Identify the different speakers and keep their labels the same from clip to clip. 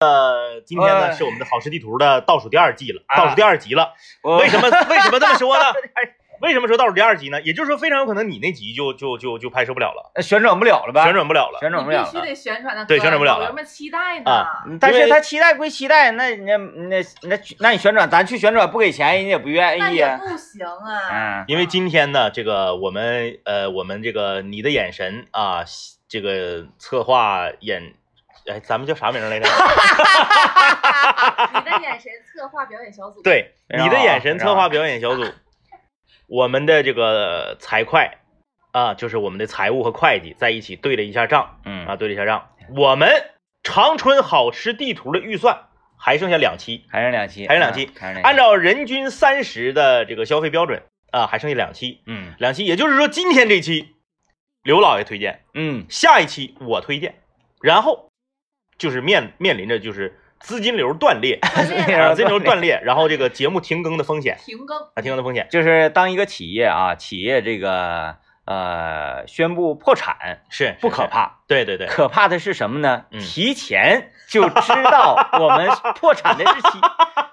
Speaker 1: 呃，今天呢
Speaker 2: 哎
Speaker 1: 是我们的好事地图的倒数第二季了，
Speaker 2: 啊
Speaker 1: 倒数第二集了。
Speaker 2: 我
Speaker 1: 为什么为什么这么说呢？为什么说倒数第二集呢？也就是说，非常有可能你那集就就就就拍摄不了了，
Speaker 2: 呃旋转不了了呗？
Speaker 1: 旋转不了了。
Speaker 2: 旋转不了
Speaker 3: 必须
Speaker 2: 了。
Speaker 3: 得旋转的，
Speaker 1: 对旋转不了了
Speaker 3: 老人们期待呢。
Speaker 1: 啊
Speaker 2: 嗯但是他期待归期待，那那那那那你旋转，咱去旋转不给钱，人家也不
Speaker 3: 那
Speaker 2: 愿意
Speaker 3: 也
Speaker 1: 啊
Speaker 2: 呀。
Speaker 3: 不行啊，
Speaker 2: 嗯，
Speaker 1: 因为今天呢，这个我们呃，我们这个你的眼神啊，这个策划演，哎，咱们叫啥名来着？
Speaker 3: 你的眼神策划表演小组，。
Speaker 1: 对，
Speaker 2: 非常
Speaker 1: 你的
Speaker 2: 好
Speaker 1: 眼神
Speaker 2: 非
Speaker 1: 策
Speaker 2: 常
Speaker 1: 划
Speaker 2: 好
Speaker 1: 表演小组，我们的这个财会啊，就是我们的财务和会计在一起对了一下账
Speaker 2: 嗯
Speaker 1: 啊，对了一下账，我们长春好吃地图的预算还剩下两期，
Speaker 2: 还剩两期，
Speaker 1: 还剩两期
Speaker 2: 嗯，还剩两期。
Speaker 1: 按照人均三十的这个消费标准啊，还剩下两期，
Speaker 2: 嗯
Speaker 1: 两期，也就是说今天这期刘老爷推荐，
Speaker 2: 嗯
Speaker 1: 下一期我推荐，然后就是面面临着就是资金流断裂
Speaker 3: 锻 炼
Speaker 1: 啊，资金流断裂，然后这个节目停更的风险，
Speaker 3: 停更，
Speaker 1: 啊，停更的风险。
Speaker 2: 就是当一个企业啊，企业这个呃宣布破产
Speaker 1: 是
Speaker 2: 不可，怕，
Speaker 1: 是对对对，
Speaker 2: 可怕的是什么呢？
Speaker 1: 嗯
Speaker 2: 提前就知道我们破产的日 期，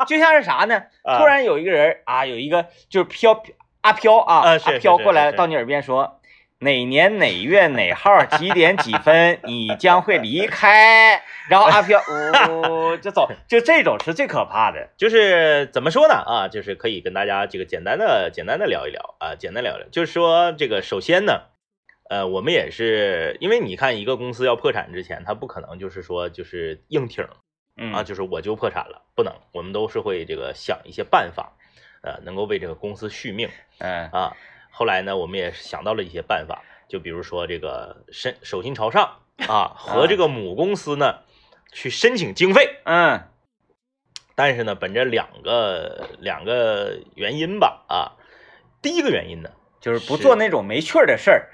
Speaker 2: 就像是啥呢？
Speaker 1: 啊
Speaker 2: 突然有一个人啊，有一个就是飘阿飘啊，
Speaker 1: 啊
Speaker 2: 阿
Speaker 1: 是
Speaker 2: 飘
Speaker 1: 是
Speaker 2: 过来
Speaker 1: 是
Speaker 2: 了，
Speaker 1: 是
Speaker 2: 到你耳边说。哪年哪月哪号几点几分你将会离开？然后阿飘呜、就走，就这种是最可怕的。
Speaker 1: 就是怎么说呢啊，就是可以跟大家这个简单的简单的聊一聊啊，简单聊一聊，就是说这个首先呢，呃，我们也是因为你看一个公司要破产之前，他不可能就是说就是硬挺
Speaker 2: 嗯
Speaker 1: 啊，就是我就破产了，不能，我们都是会这个想一些办法，呃，能够为这个公司续命
Speaker 2: 嗯
Speaker 1: 啊。后来呢，我们也是想到了一些办法，就比如说这个申手心朝上啊，和这个母公司呢去申请经费。
Speaker 2: 嗯
Speaker 1: 但是呢，本着两个两个原因吧，啊，第一个原因呢，
Speaker 2: 就是不做那种没趣儿的事 儿。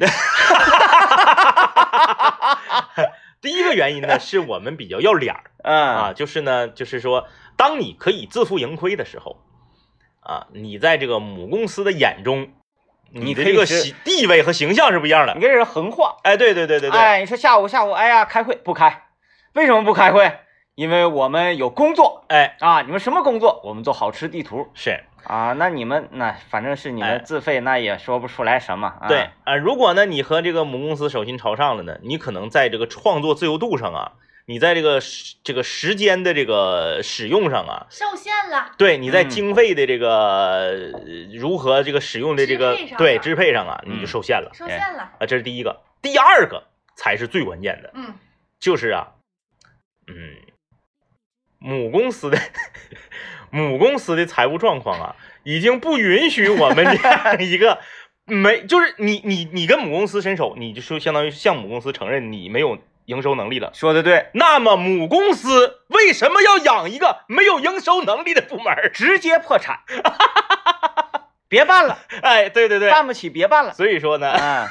Speaker 1: 第一个原因 呢，是我们比较要脸儿
Speaker 2: 啊
Speaker 1: 啊，就是呢，就是说，当你可以自负盈亏的时候，啊，你在这个母公司的眼中，你的
Speaker 2: 可
Speaker 1: 这
Speaker 2: 以
Speaker 1: 个
Speaker 2: 是
Speaker 1: 形地位和形象是不一样
Speaker 2: 你
Speaker 1: 的。
Speaker 2: 跟人横话。
Speaker 1: 哎，对对对对对，
Speaker 2: 哎，你说下午下午，哎呀，开会不开？为什么不开会？因为我们有工作
Speaker 1: 哎，
Speaker 2: 啊！你们什么工作？我们做好吃地图
Speaker 1: 是
Speaker 2: 啊！那你们那反正是你
Speaker 1: 哎
Speaker 2: 们自费，那也说不出来什么。啊、
Speaker 1: 对，啊。如果呢，你和这个母公司手心朝上了呢，你可能在这个创作自由度上啊，你在这个时这个时间的这个使用上啊，
Speaker 3: 上线了，
Speaker 1: 对，你在
Speaker 2: 嗯
Speaker 1: 经费的这个、呃如何这个使用的这个
Speaker 3: 支配上
Speaker 1: 对
Speaker 3: 了
Speaker 1: 支配上啊，
Speaker 2: 嗯
Speaker 1: 你就受限了
Speaker 3: 上线了，
Speaker 1: 啊，这是第一个。第二个才是最关键的，
Speaker 3: 嗯，
Speaker 1: 就是啊，嗯，母公司的 母公司的财务状况啊，已经不允许我们这样一个没，就是你你你跟母公司伸手，你就说相当于向母公司承认你没有营收能力了。
Speaker 2: 说的对，
Speaker 1: 那么母公司为什么要养一个没有营收能力的部门儿？
Speaker 2: 直接破产， 别办了，
Speaker 1: 哎，对对对，
Speaker 2: 办不起，别 办了。
Speaker 1: 所以说呢，
Speaker 2: 啊，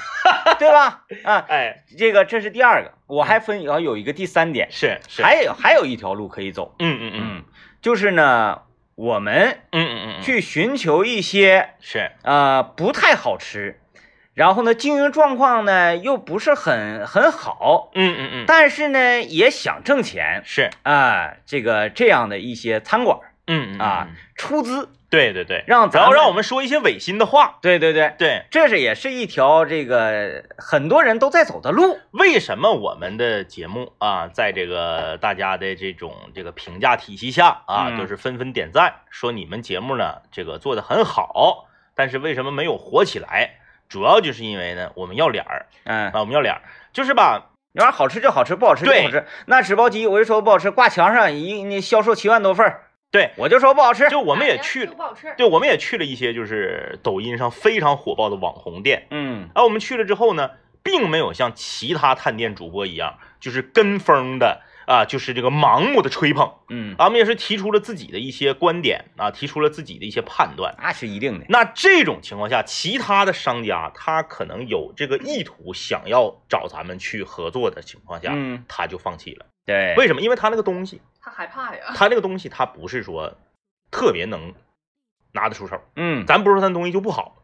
Speaker 2: 对吧？啊，
Speaker 1: 哎，
Speaker 2: 这个这是第二个，我还分啊有有一个第三点，
Speaker 1: 是是，
Speaker 2: 还有还有一条路可以走。
Speaker 1: 嗯嗯嗯
Speaker 2: 嗯，就是呢，我们
Speaker 1: 嗯嗯嗯，
Speaker 2: 去寻求一些
Speaker 1: 是
Speaker 2: 呃不太好吃，然后呢经营状况呢又不是很很好，
Speaker 1: 嗯嗯嗯，
Speaker 2: 但是呢也想挣钱
Speaker 1: 是
Speaker 2: 啊、这个这样的一些餐馆儿
Speaker 1: 嗯嗯
Speaker 2: 啊，
Speaker 1: 嗯
Speaker 2: 出资
Speaker 1: 对对对，
Speaker 2: 让咱
Speaker 1: 然后
Speaker 2: 们
Speaker 1: 让我们说一些违心的话，
Speaker 2: 对对对，
Speaker 1: 对，
Speaker 2: 这是也是一条这个很多人都在走的路，
Speaker 1: 为什么我们的节目啊，在这个大家的这种这个评价体系下啊，
Speaker 2: 嗯
Speaker 1: 就是纷纷点赞，说你们节目呢这个做的很好，但是为什么没有火起来？主要就是因为呢，我们要脸儿
Speaker 2: 嗯，
Speaker 1: 啊，我们要脸儿，就是吧，
Speaker 2: 你玩意儿好吃就好吃，不好吃就不好吃。那纸包鸡我就说不好吃，挂墙上一那销售七万多份儿
Speaker 1: 对，
Speaker 2: 我就说不好吃，
Speaker 1: 就我们也去
Speaker 3: 哎
Speaker 1: 了
Speaker 3: 呀都。不好吃，
Speaker 1: 对，我们也去了一些就是抖音上非常火爆的网红店，
Speaker 2: 嗯
Speaker 1: 而我们去了之后呢，并没有像其他探店主播一样，就是跟风的啊，就是这个盲目的吹捧，啊
Speaker 2: 嗯，
Speaker 1: 俺们也是提出了自己的一些观点啊，提出了自己的一些判断。
Speaker 2: 那是一定的。
Speaker 1: 那这种情况下，其他的商家他可能有这个意图，想要找咱们去合作的情况下，
Speaker 2: 嗯，
Speaker 1: 他就放弃了。
Speaker 2: 对，
Speaker 1: 为什么？因为他那个东西，
Speaker 3: 他害 怕呀，
Speaker 1: 他那个东西，他不是说特别能拿得出手。
Speaker 2: 嗯，
Speaker 1: 咱不是说他东西就不好，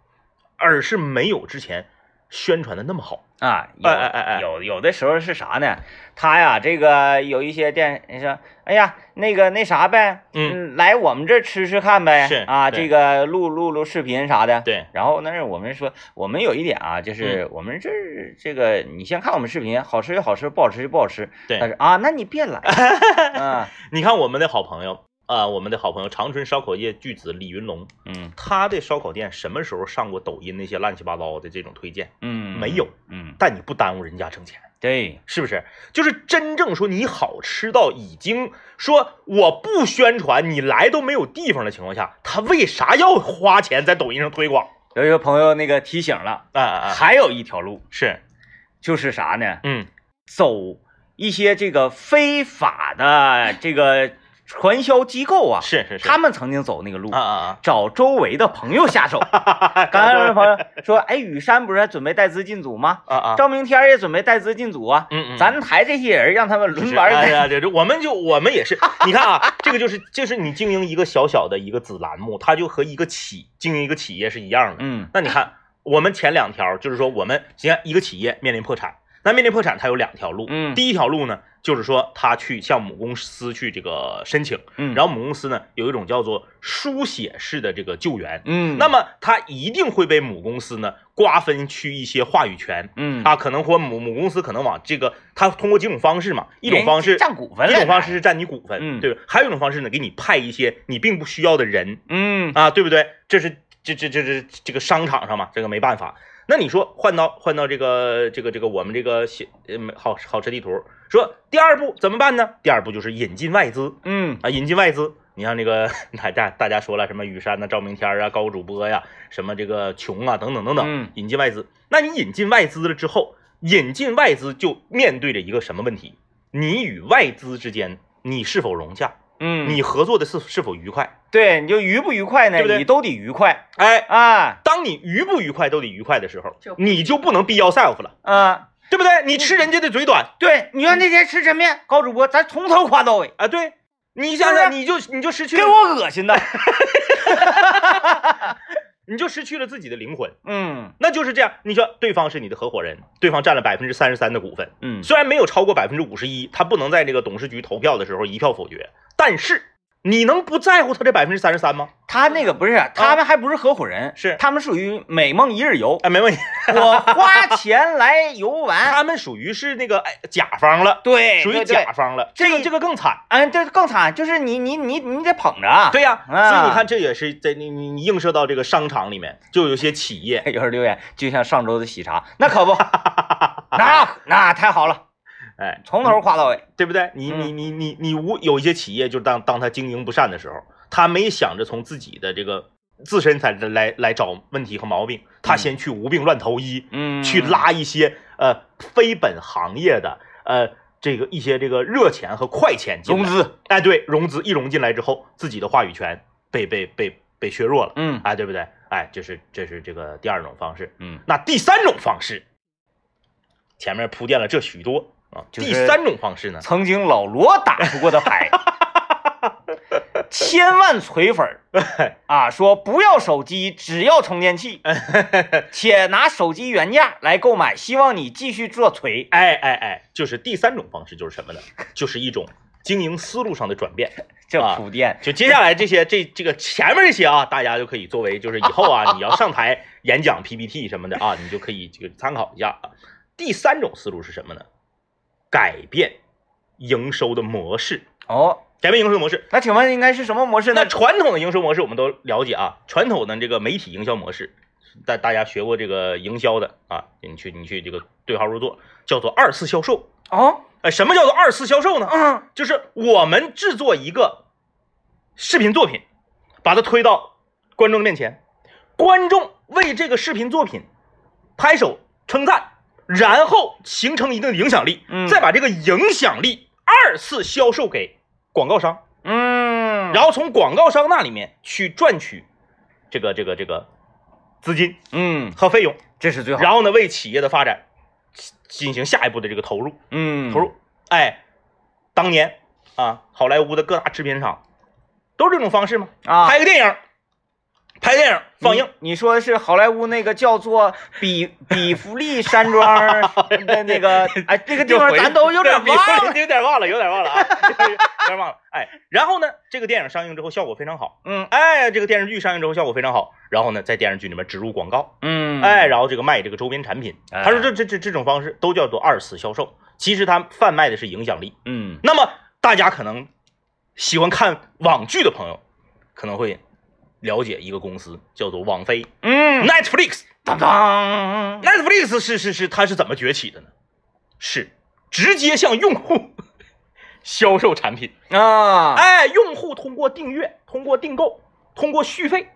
Speaker 1: 而是没有之前宣传的那么好。
Speaker 2: 啊，
Speaker 1: 哎哎哎哎
Speaker 2: 有有有的时候是啥呢？他呀，这个有一些店你说，哎呀，那个那啥呗，
Speaker 1: 嗯，
Speaker 2: 来我们这儿吃吃看呗，
Speaker 1: 是
Speaker 2: 啊，
Speaker 1: 对
Speaker 2: 这个录录录视频啥的。
Speaker 1: 对，嗯
Speaker 2: 然后，但是我们说，我们有一点啊，就是我们这儿这个，你先看我们视频，好吃就好吃，不好吃就不好吃。
Speaker 1: 对
Speaker 2: 但是啊，那你 别来啊，
Speaker 1: 你看我们的好朋友啊、我们的好朋友长春烧烤业巨子李云龙，
Speaker 2: 嗯
Speaker 1: 他的烧烤店什么时候上过抖音那些乱七八糟的这种推荐？
Speaker 2: 嗯，
Speaker 1: 没有，
Speaker 2: 嗯，
Speaker 1: 但你不耽误人家挣钱，
Speaker 2: 对，
Speaker 1: 是不是？就是真正说你好吃到已经说我不宣传，你来都没有地方的情况下，他为啥要花钱在抖音上推广？
Speaker 2: 有一个朋友那个提醒了，
Speaker 1: 啊啊啊！
Speaker 2: 还有一条路
Speaker 1: 是，
Speaker 2: 就是啥呢？
Speaker 1: 嗯，
Speaker 2: 走一些这个非法的这个传销机构啊，
Speaker 1: 是是是，
Speaker 2: 他们曾经走那个路，
Speaker 1: 啊啊
Speaker 2: 找周围的朋友下手。
Speaker 1: 啊！
Speaker 2: 刚才那朋友说，哎，雨山不是还准备带资进组吗？
Speaker 1: 啊啊，
Speaker 2: 赵明天也准备带资进组啊。
Speaker 1: 嗯嗯，
Speaker 2: 咱台这些人让他们轮
Speaker 1: 是
Speaker 2: 班
Speaker 1: 哎
Speaker 2: 带。
Speaker 1: 呀，这这，我们就我们也是，你看啊，这个就是就是你经营一个小小的一个子栏目，它就和一个企经营一个企业是一样的。
Speaker 2: 嗯
Speaker 1: 那你看，我们前两条就是说，我们你看一个企业面临破产，那面临破产它有两条路，
Speaker 2: 嗯
Speaker 1: 第一条路呢就是说他去向母公司去这个申请，
Speaker 2: 嗯，
Speaker 1: 然
Speaker 2: 后
Speaker 1: 后母公司呢有一种叫做书写式的这个救援，
Speaker 2: 嗯，
Speaker 1: 那么它一定会被母公司呢瓜分去一些话语权。
Speaker 2: 嗯
Speaker 1: 啊，可能或母母公司可能往这个，它通过几种方式嘛，一种方式
Speaker 2: 人哎家占股份了，
Speaker 1: 一种方式是占你股份，
Speaker 2: 嗯
Speaker 1: 对吧？还有一种方式呢，给你派一些你并不需要的人
Speaker 2: 嗯
Speaker 1: 啊，对不对？这是这这这这这个商场上嘛，这个没办法。那你说换到换到这个这个这个我们这个写呃好好车地图，说第二步怎么办呢？第二步就是引进外资
Speaker 2: 嗯
Speaker 1: 啊，引进外资。你像这个 大家大家说了什么雨山呐、赵明天啊、高主播呀、什么这个琼啊等等等等，
Speaker 2: 嗯
Speaker 1: 引进外资。那你引进外资了之后，引进外资就面对着一个什么问题？你与外资之间，你是否融洽？
Speaker 2: 嗯，
Speaker 1: 你合作的是是否愉快？
Speaker 2: 对你就愉不愉快呢
Speaker 1: 对不？对
Speaker 2: 你都得愉快
Speaker 1: 哎，
Speaker 2: 啊
Speaker 1: 当你愉不愉快都得愉快的时候
Speaker 3: 就，不
Speaker 1: 你就不能 be yourself 了，
Speaker 2: 啊。
Speaker 1: 对不对？你吃人家的嘴短
Speaker 2: 对，你说那天吃抻面，高主播咱从头夸到尾，
Speaker 1: 啊，对你想
Speaker 2: 是
Speaker 1: 想，
Speaker 2: 不
Speaker 1: 你就你就失去
Speaker 2: 给
Speaker 1: 了，
Speaker 2: 我恶 心的。
Speaker 1: 你就失去了自己的灵魂。
Speaker 2: 嗯
Speaker 1: 那就是这样，你说对方是你的合伙人，对方占了百分之三十三的股份，
Speaker 2: 嗯
Speaker 1: 虽然没有超过百分之五十一，他不能在这个董事局投票的时候一票否决，但是你能不在乎他这百分之三十三吗？
Speaker 2: 他那个不是，他们还不是合伙人，
Speaker 1: 是
Speaker 2: 他们属于美梦一日游，
Speaker 1: 哎，没问题，
Speaker 2: 我花钱来游 玩。
Speaker 1: 他们属于是那个哎甲方了，
Speaker 2: 哎对，
Speaker 1: 属于
Speaker 2: 对对
Speaker 1: 甲方了，
Speaker 2: 这
Speaker 1: 这个这个更惨。
Speaker 2: 嗯，这更惨，就是你你你你得捧着啊。
Speaker 1: 对呀、
Speaker 2: 啊
Speaker 1: 所以你看，这也是在你你你映射到这个商场里面，就有些企业，
Speaker 2: 有人留言，就像上周的喜茶，那可不，那那太好了，
Speaker 1: 哎，
Speaker 2: 从头夸到尾。
Speaker 1: 对不对？你
Speaker 2: 嗯
Speaker 1: 你你你你无有一些企业，就当当他经营不善的时候，他没想着从自己的这个自身才来来找问题和毛病，他先去无病乱投医，
Speaker 2: 嗯，
Speaker 1: 去拉一些呃非本行业的呃这个一些这个热钱和快钱进来
Speaker 2: 融，资。
Speaker 1: 哎，对，融资一融进来之后，自己的话语权被被被被削弱了，
Speaker 2: 嗯
Speaker 1: 哎，对不对？哎，这是这是这个第二种方式。
Speaker 2: 嗯，
Speaker 1: 那第三种方式，前面铺垫了这许多啊，
Speaker 2: 就是
Speaker 1: 第三种方式呢，
Speaker 2: 曾经老罗打出过的 牌，千万锤粉儿
Speaker 1: 哎
Speaker 2: 啊，说不要手机，只要充电器，
Speaker 1: 哎
Speaker 2: 且拿手机原价来购买，希望你继续做锤。
Speaker 1: 哎哎哎，就是第三种方式就是什么呢？就是一种经营思路上的转变。
Speaker 2: 这
Speaker 1: 啊
Speaker 2: 铺垫，
Speaker 1: 就接下来这些这这个前面这些啊，大家就可以作为就是以后啊，你要上台演讲 PPT 什么的啊，你就可以这个参考一下啊。第三种思路是什么呢？改变营收的模式，
Speaker 2: 哦，
Speaker 1: 改变营收模式。
Speaker 2: 那请问应该是什么模式
Speaker 1: 那
Speaker 2: 呢？
Speaker 1: 啊传统的营收模式我们都了解啊，传统的这个媒体营销模式，大大家学过这个营销的啊，你去你去这个对号入座，哎叫做二次销售。
Speaker 2: 哦，
Speaker 1: 哎，什么叫做二次销售呢？
Speaker 2: 嗯
Speaker 1: 就是我们制作一个视频作品，把它推到观众面前，观众为这个视频作品拍手称赞，然后形成一定的影响力，
Speaker 2: 嗯
Speaker 1: 再把这个影响力二次销售给广告商，
Speaker 2: 嗯，
Speaker 1: 然后从广告商那里面去赚取这个这个这个资金
Speaker 2: 嗯，
Speaker 1: 和费用，
Speaker 2: 这是最好。
Speaker 1: 然后呢为企业的发展进行下一步的这个投入。
Speaker 2: 嗯，
Speaker 1: 投入。哎，当年啊，好莱坞的各大制片厂都是这种方式吗？嗯
Speaker 2: 啊
Speaker 1: 拍个电影，拍电影放映，
Speaker 2: 你。你说的是好莱坞那个叫做比比弗利山庄儿的 那个，哎，那个地方咱都有点
Speaker 1: 比
Speaker 2: 忘了。
Speaker 1: 有点忘了，有点忘 了啊，有点忘了。哎，然后呢，这个电影上映之后效果非常好，
Speaker 2: 嗯
Speaker 1: 哎，这个电视剧上映之后效果非常好，然后呢，在电视剧里面植入广告，
Speaker 2: 嗯，
Speaker 1: 哎，，然后这个卖这个周边产品，
Speaker 2: 哎
Speaker 1: 他说这这这这种方式都叫做二次销售，其实他贩卖的是影响力。
Speaker 2: 嗯
Speaker 1: 那么大家可能喜欢看网剧的朋友，可能会了解一个公司叫做网飞
Speaker 2: 嗯，
Speaker 1: Netflix。
Speaker 2: 当当，
Speaker 1: Netflix 是是是，它是怎么崛起的呢？是直接向用户销售产品，
Speaker 2: 啊，
Speaker 1: 哎，用户通过订阅、通过订购、通过续费，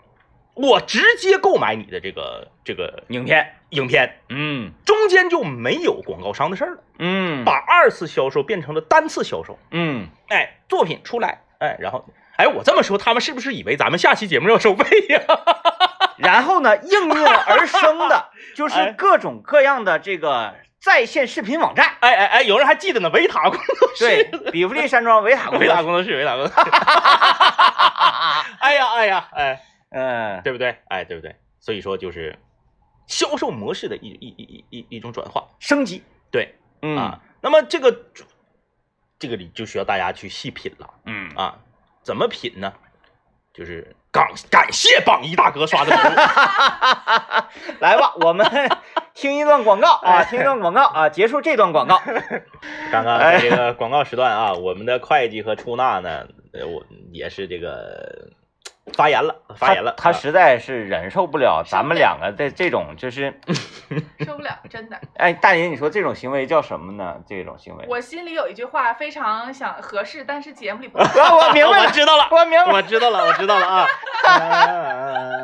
Speaker 1: 我直接购买你的这个这个
Speaker 2: 影片，
Speaker 1: 影片，
Speaker 2: 嗯
Speaker 1: 中间就没有广告商的事儿了，
Speaker 2: 嗯，
Speaker 1: 把二次销售变成了单次销售。
Speaker 2: 嗯，
Speaker 1: 哎，作品出来，哎，然后，哎，我这么说，他们是不是以为咱们下期节目要收费呀？
Speaker 2: 然后呢，应运而生
Speaker 1: 哎
Speaker 2: 的就是各种各样的这个在线视频网站。
Speaker 1: 哎哎哎，有人还记得呢，维塔工作室，
Speaker 2: 对，比弗利山庄维塔 工
Speaker 1: 维
Speaker 2: 作
Speaker 1: 塔
Speaker 2: 室，
Speaker 1: 工作室，维塔工作室。 哎呀哎呀哎，
Speaker 2: 嗯，
Speaker 1: 对不对？哎，对不对？所以说就是销售模式的一一一一一一种转化，
Speaker 2: 升级，
Speaker 1: 对
Speaker 2: 嗯
Speaker 1: 啊。那么这个这个里就需要大家去细品了
Speaker 2: 嗯
Speaker 1: 啊，怎么品呢？就是感感谢榜一大哥刷的礼物，
Speaker 2: 来吧，我们听一段广告啊，
Speaker 1: 哎
Speaker 2: 听一段广告啊，结束这段广告。
Speaker 1: 刚刚在这个广告时段
Speaker 2: 哎
Speaker 1: 啊，我们的会计和出纳呢，呃，我也是这个发言了， 发言了，
Speaker 2: 他他
Speaker 1: 啊
Speaker 2: 实在是忍受不了咱们两个的这种，就是，
Speaker 3: 受不了，真的。
Speaker 2: 哎，大爷，你说这种行为叫什么呢？这种行为，。
Speaker 3: 我心里有一句话非常想合适，但是节目里不能
Speaker 2: 我我明白
Speaker 1: 我
Speaker 2: 了，
Speaker 1: 知 道了。
Speaker 2: 我明白了，
Speaker 1: 我知道了，我知道了啊！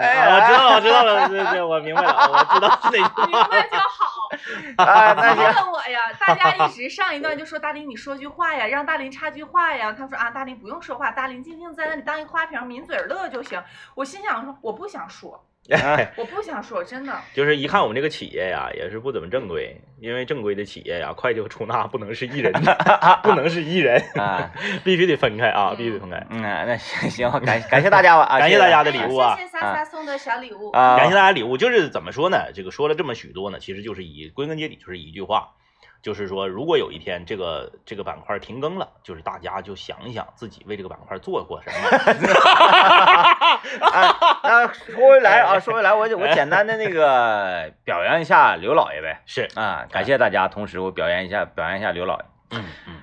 Speaker 2: 哎
Speaker 1: 啊我知道了，我知道了，对对，我明白了，我知道是哪句
Speaker 3: 明
Speaker 1: 话。
Speaker 3: 白就 好，
Speaker 2: 啊，那
Speaker 3: 问
Speaker 2: 行，
Speaker 3: 了我呀！大家一直上一段就说大林，你说句话呀，让大林插句话呀。他说啊，大林不用说话，大林静静在那里当一花瓶，抿嘴儿乐就行。我心想说，我不想说，
Speaker 2: 哎
Speaker 3: 我不想说，真的。
Speaker 1: 就是一看我们这个企业呀，也是不怎么正规，因为正规的企业呀，会计和出纳不能是一 人的，不能是一人，
Speaker 2: 啊，
Speaker 1: 必须得分开啊，必须得分开。
Speaker 2: 嗯，那 行行，感感谢大家吧啊，
Speaker 1: 感谢
Speaker 2: 谢
Speaker 1: 大家的礼物啊
Speaker 3: 哎谢谢莎莎送的小礼物，
Speaker 2: 啊，
Speaker 1: 感谢大家礼物，就是怎么说呢？这个说了这么许多呢，其实就是以归根结底就是一句话，就是说，如果有一天这个这个板块停更了，就是大家就想一想自己为这个板块做过什 么。
Speaker 2: 啊。那说回来啊， 说回来，我就我简单的那个表扬一下刘老爷呗
Speaker 1: 是，
Speaker 2: 啊，感谢大家，同时我表扬一下表扬一下刘老爷。
Speaker 1: 嗯嗯，